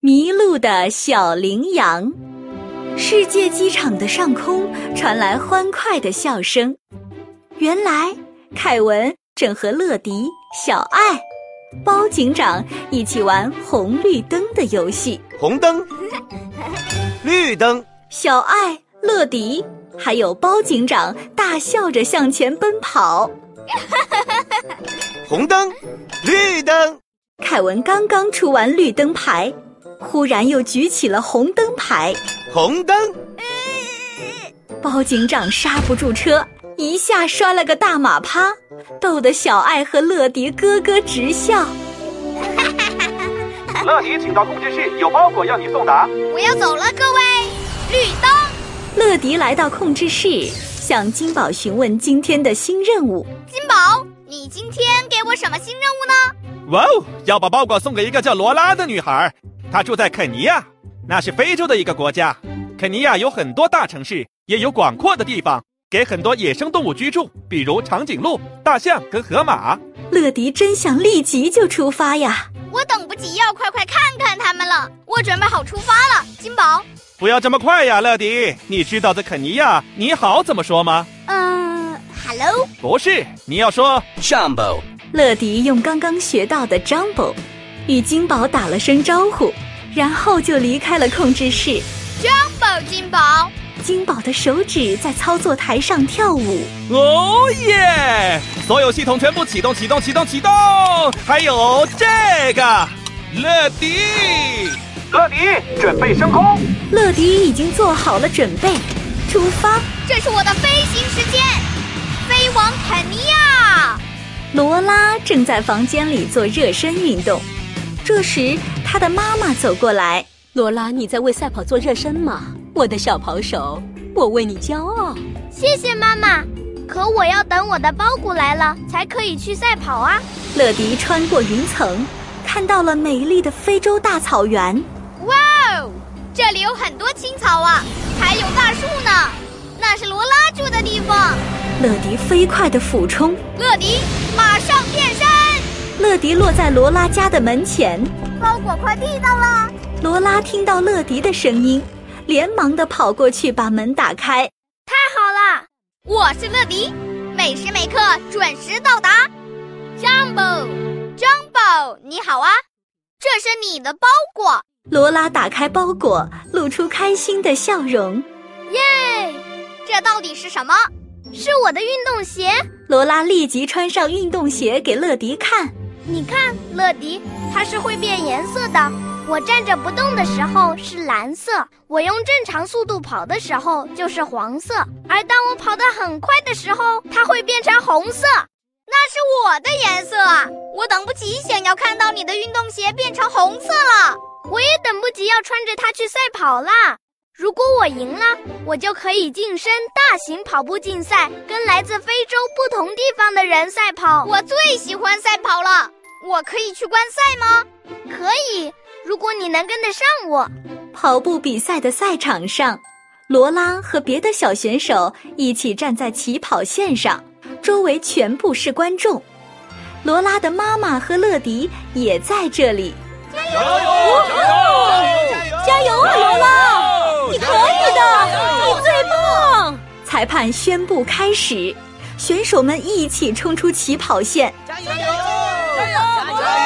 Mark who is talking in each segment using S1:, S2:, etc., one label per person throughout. S1: 迷路的小羚羊。世界机场的上空传来欢快的笑声。原来，凯文正和乐迪、小爱、包警长一起玩红绿灯的游戏。
S2: 红灯，绿灯，
S1: 小爱、乐迪还有包警长大笑着向前奔跑。
S2: 红灯，绿灯，
S1: 凯文刚刚出完绿灯牌，忽然又举起了红灯牌。
S2: 红灯，
S1: 包警长刹不住车，一下摔了个大马趴，逗得小爱和乐迪咯咯直笑。
S3: 乐迪，请到控制室，有包裹要你送达。
S4: 我要走了，各位，绿灯。
S1: 乐迪来到控制室，向金宝询问今天的新任务。
S4: 金宝，你今天给我什么新任务呢？
S3: 哇哦，要把包裹送给一个叫罗拉的女孩，她住在肯尼亚，那是非洲的一个国家。肯尼亚有很多大城市，也有广阔的地方给很多野生动物居住，比如长颈鹿、大象跟河马。
S1: 乐迪真想立即就出发呀！
S4: 我等不及要快快看看他们了。我准备好出发了，金宝。
S3: 不要这么快呀，乐迪！你知道在肯尼亚“你好”怎么说吗？
S4: 嗯，Hello，
S3: 不是，你要说
S5: Jumbo,
S1: 乐迪用刚刚学到的 Jumbo 与金宝打了声招呼，然后就离开了控制室。
S4: 宝金宝。
S1: 金宝的手指在操作台上跳舞。
S3: 哦耶！所有系统全部启动，启动，启动，启动！还有这个，乐迪，
S6: 乐迪，准备升空。
S1: 乐迪已经做好了准备，出发。
S4: 这是我的飞行时间，飞往肯尼亚。
S1: 罗拉正在房间里做热身运动，这时她的妈妈走过来。
S7: 罗拉，你在为赛跑做热身吗？我的小跑手，我为你骄傲。
S4: 谢谢妈妈，可我要等我的包裹来了才可以去赛跑啊！
S1: 乐迪穿过云层，看到了美丽的非洲大草原。
S4: 哇哦，这里有很多青草啊，还有大树呢，那是罗拉住的地方。
S1: 乐迪飞快地俯冲，
S4: 乐迪，马上变身！
S1: 乐迪落在罗拉家的门前。
S4: 包裹快递到了，
S1: 罗拉听到乐迪的声音，连忙地跑过去把门打开。
S4: 太好了！我是乐迪，每时每刻准时到达。Jumbo，Jumbo，你好啊，这是你的包裹。
S1: 罗拉打开包裹，露出开心的笑容。
S4: 哎，这到底是什么？是我的运动鞋。
S1: 罗拉立即穿上运动鞋给乐迪看。
S4: 你看，乐迪，它是会变颜色的。我站着不动的时候是蓝色，我用正常速度跑的时候就是黄色，而当我跑得很快的时候，它会变成红色。那是我的颜色啊！我等不及想要看到你的运动鞋变成红色了，我也等不及要穿着它去赛跑啦。如果我赢了，我就可以晋升大型跑步竞赛，跟来自非洲不同地方的人赛跑。我最喜欢赛跑了，我可以去观赛吗？可以，如果你能跟得上我。
S1: 跑步比赛的赛场上，罗拉和别的小选手一起站在起跑线上，周围全部是观众。罗拉的妈妈和乐迪也在这里。
S3: 加油！加油！
S7: 加油啊，罗
S6: 哦
S7: 拉！你可以的，你最棒！
S1: 裁判宣布开始，选手们一起冲出起跑线。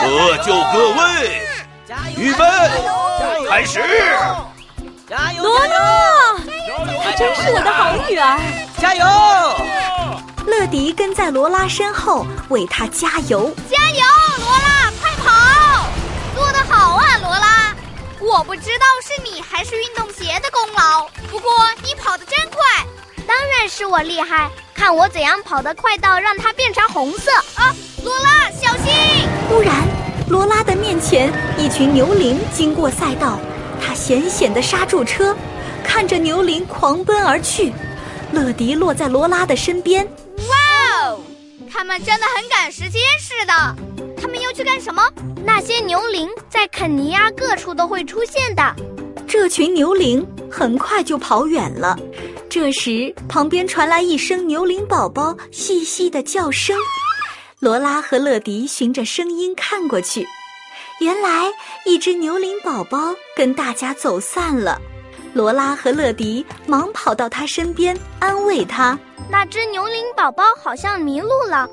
S2: 各就各位，预备，开始。
S7: 罗拉，她真是我的好女儿。
S1: 乐迪跟在罗拉身后为她加油。
S4: 加油，罗拉，快跑！做得好啊，罗拉！我不知道是你还是运动鞋的功劳，不过你跑得真快。当然是我厉害，看我怎样跑得快到让它变成红色啊！罗拉，小心！
S1: 忽然，罗拉的面前一群牛羚经过赛道，她险险地刹住车，看着牛羚狂奔而去。乐迪落在罗拉的身边，
S4: 哇哦，他们真的很赶时间似的。他们要去干什么？那些牛羚在肯尼亚各处都会出现的。
S1: 这群牛羚很快就跑远了。这时，旁边传来一声牛羚宝宝细细的叫声。罗拉和乐迪循着声音看过去，原来一只牛羚宝宝跟大家走散了，罗拉和乐迪忙跑到它身边安慰它。
S4: 那只牛羚宝宝好像迷路了，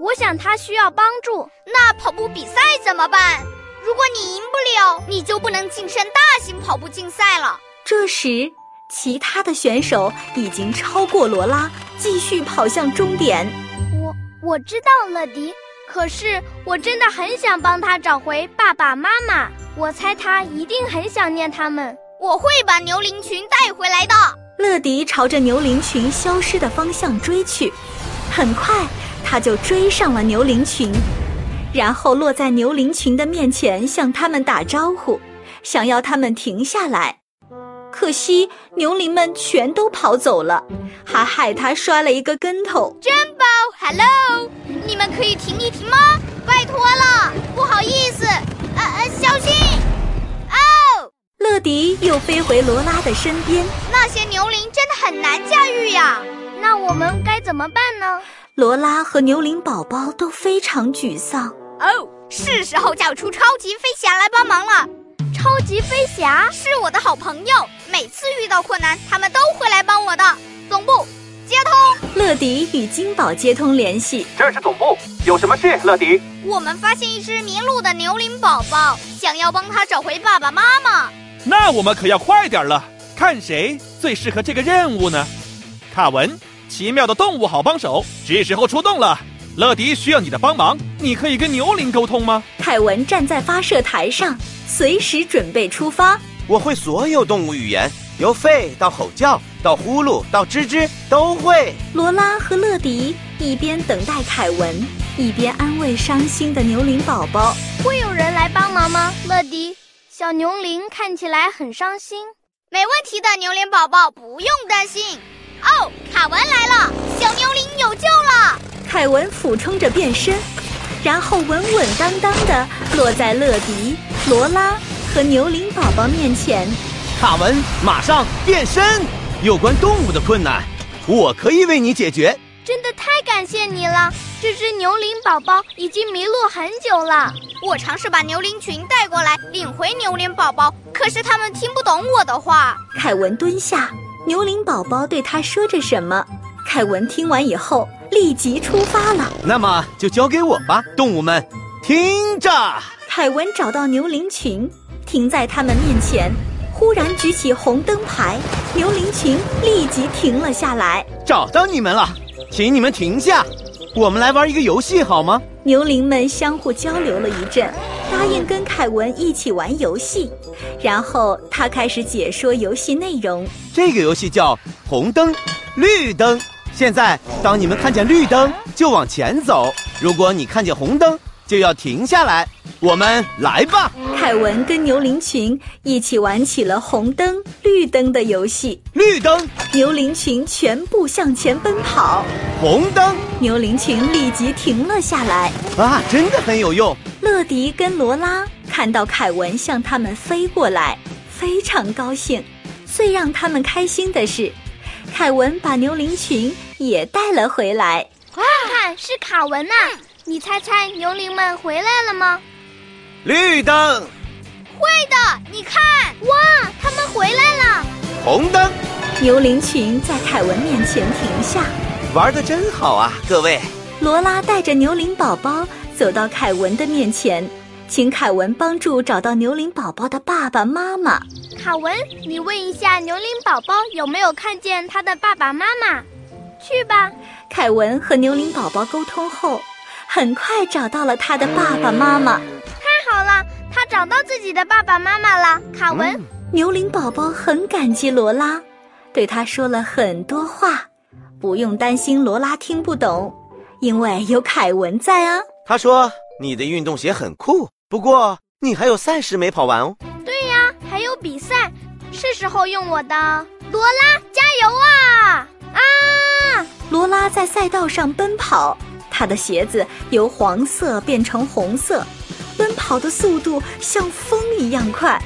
S4: 我想它需要帮助。
S5: 那跑步比赛怎么办？如果你赢不了，你就不能晋升大型跑步竞赛了。
S1: 这时，其他的选手已经超过罗拉，继续跑向终点。
S4: 我我知道乐迪，可是我真的很想帮他找回爸爸妈妈。我猜他一定很想念他们。
S5: 我会把牛羚群带回来的。哦
S1: 乐迪朝着牛羚群消失的方向追去，很快他就追上了牛羚群，然后落在牛羚群的面前，向他们打招呼，想要他们停下来。可惜牛羚们全都跑走了，还害他摔了一个跟头。
S5: 珍宝，Hello，你们可以停一停吗？拜托了，不好意思，呃呃，小心！哦，
S1: 乐迪又飞回罗拉的身边。
S5: 那些牛羚真的很难驾驭呀、
S4: 那我们该怎么办呢？
S1: 罗拉和牛羚宝宝都非常沮丧。
S5: 哦，是时候叫出超级飞侠来帮忙了。
S4: 超级飞侠
S5: 是我的好朋友，每次遇到困难，他们都会来帮我的。总部接通，
S1: 乐迪与金宝接通联系，
S6: 这是总部，有什么事，乐迪？
S5: 我们发现一只迷路的牛羚宝宝，想要帮它找回爸爸妈妈。
S3: 那我们可要快点了，看谁最适合这个任务呢？卡文，奇妙的动物好帮手，是时候出动了。乐迪需要你的帮忙，你可以跟牛羚沟通吗？
S1: 凯文站在发射台上，随时准备出发。
S2: 我会所有动物语言，由吠到吼叫，到呼噜，到吱吱，都会。
S1: 罗拉和乐迪一边等待凯文，一边安慰伤心的牛羚宝宝。
S4: 会有人来帮忙吗？乐迪，小牛羚看起来很伤心。
S5: 没问题的，牛羚宝宝不用担心。哦，卡文来了，小牛羚有救了。
S1: 凯文俯冲着变身，然后稳稳当当的落在乐迪、罗拉和牛羚宝宝面前。
S2: 卡文，马上变身！有关动物的困难，我可以为你解决。
S4: 真的太感谢你了！这只牛羚宝宝已经迷路很久了。
S5: 我尝试把牛羚群带过来，领回牛羚宝宝，可是他们听不懂我的话。
S1: 凯文蹲下，牛羚宝宝对他说着什么。凯文听完以后，立即出发了。
S2: 那么就交给我吧，动物们，听着！
S1: 凯文找到牛羚群，停在他们面前，忽然举起红灯牌，牛羚群立即停了下来。
S2: 找到你们了，请你们停下，我们来玩一个游戏好吗？
S1: 牛羚们相互交流了一阵，答应跟凯文一起玩游戏，然后他开始解说游戏内容。
S2: 这个游戏叫红灯、绿灯。现在，当你们看见绿灯，就往前走；如果你看见红灯，就要停下来。我们来吧！
S1: 凯文跟牛羚群一起玩起了红灯、绿灯的游戏，
S2: 绿灯、
S1: 牛羚群全部向前奔跑，
S2: 红灯
S1: 牛羚群立即停了下来。
S2: 啊，真的很有用。
S1: 乐迪跟罗拉看到凯文向他们飞过来，非常高兴。最让他们开心的是，凯文把牛羚群也带了回来。
S4: 哇，啊看是卡文呐、啊
S5: 嗯
S4: 你猜猜牛羚们回来了吗？
S6: 绿灯、
S5: 会的，你看，
S4: 哇，他们回来了！
S6: 红灯，啊
S1: 牛羚群在凯文面前停下，
S6: 玩的真好啊，各位！
S1: 罗拉带着牛羚宝宝走到凯文的面前，请凯文帮助找到牛羚宝宝的爸爸妈妈。
S4: 卡文，你问一下牛羚宝宝有没有看见他的爸爸妈妈？去吧，
S1: 凯文和牛羚宝宝沟通后，很快找到了他的爸爸妈妈。
S4: 太好了，他找到自己的爸爸妈妈了。卡文，
S1: 牛羚宝宝很感激罗拉，对他说了很多话，不用担心罗拉听不懂，因为有凯文在啊。
S6: 他说你的运动鞋很酷，不过你还有赛事没跑完哦。
S4: 还有比赛，是时候用我的罗拉，加油啊！啊，
S1: 罗拉在赛道上奔跑，她的鞋子由黄色变成红色，奔跑的速度像风一样快，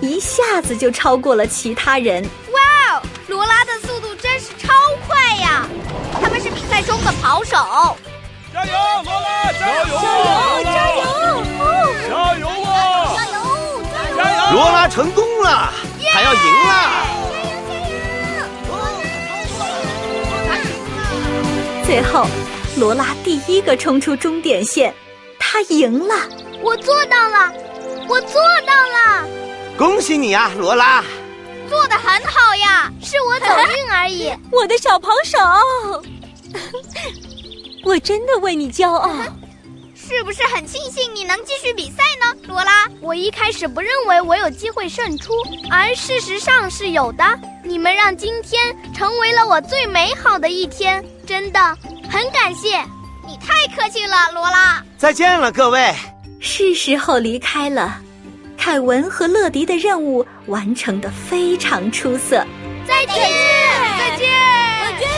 S1: 一下子就超过了其他人。
S5: 哇哦，罗拉的速度真是超快呀！他们是比赛中的跑手。
S3: 加油，罗拉！加油！加油！加油！加油啊！
S6: 罗拉成功了，还要赢了！
S1: 最后，罗拉第一个冲出终点线，她赢了。
S4: 我做到了，我做到了，
S6: 恭喜你啊，罗拉！
S5: 做的很好呀！
S4: 是我走运而已。
S7: 我的小跑 手，我真的为你骄傲。
S5: 是不是很庆幸你能继续比赛呢，罗拉？
S4: 我一开始不认为我有机会胜出，而事实上是有的。你们让今天成为了我最美好的一天，真的很感谢。
S5: 你太客气了，罗拉。
S6: 再见了，各位！
S1: 是时候离开了。凯文和乐迪的任务完成的非常出色。
S4: 再见，
S5: 再见，再见！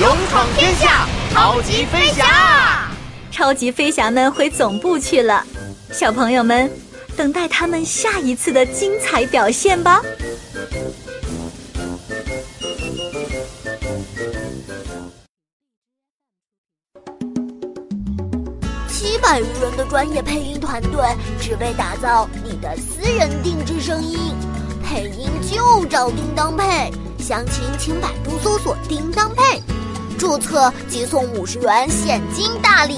S6: 勇闯天下，超级飞侠！
S1: 超级飞侠们回总部去了，小朋友们，等待他们下一次的精彩表现吧。
S8: 七百余人的专业配音团队，只为打造你的私人定制声音。配音就找叮当配，详情请百度搜索“叮当配”。注册即送五十元现金大礼。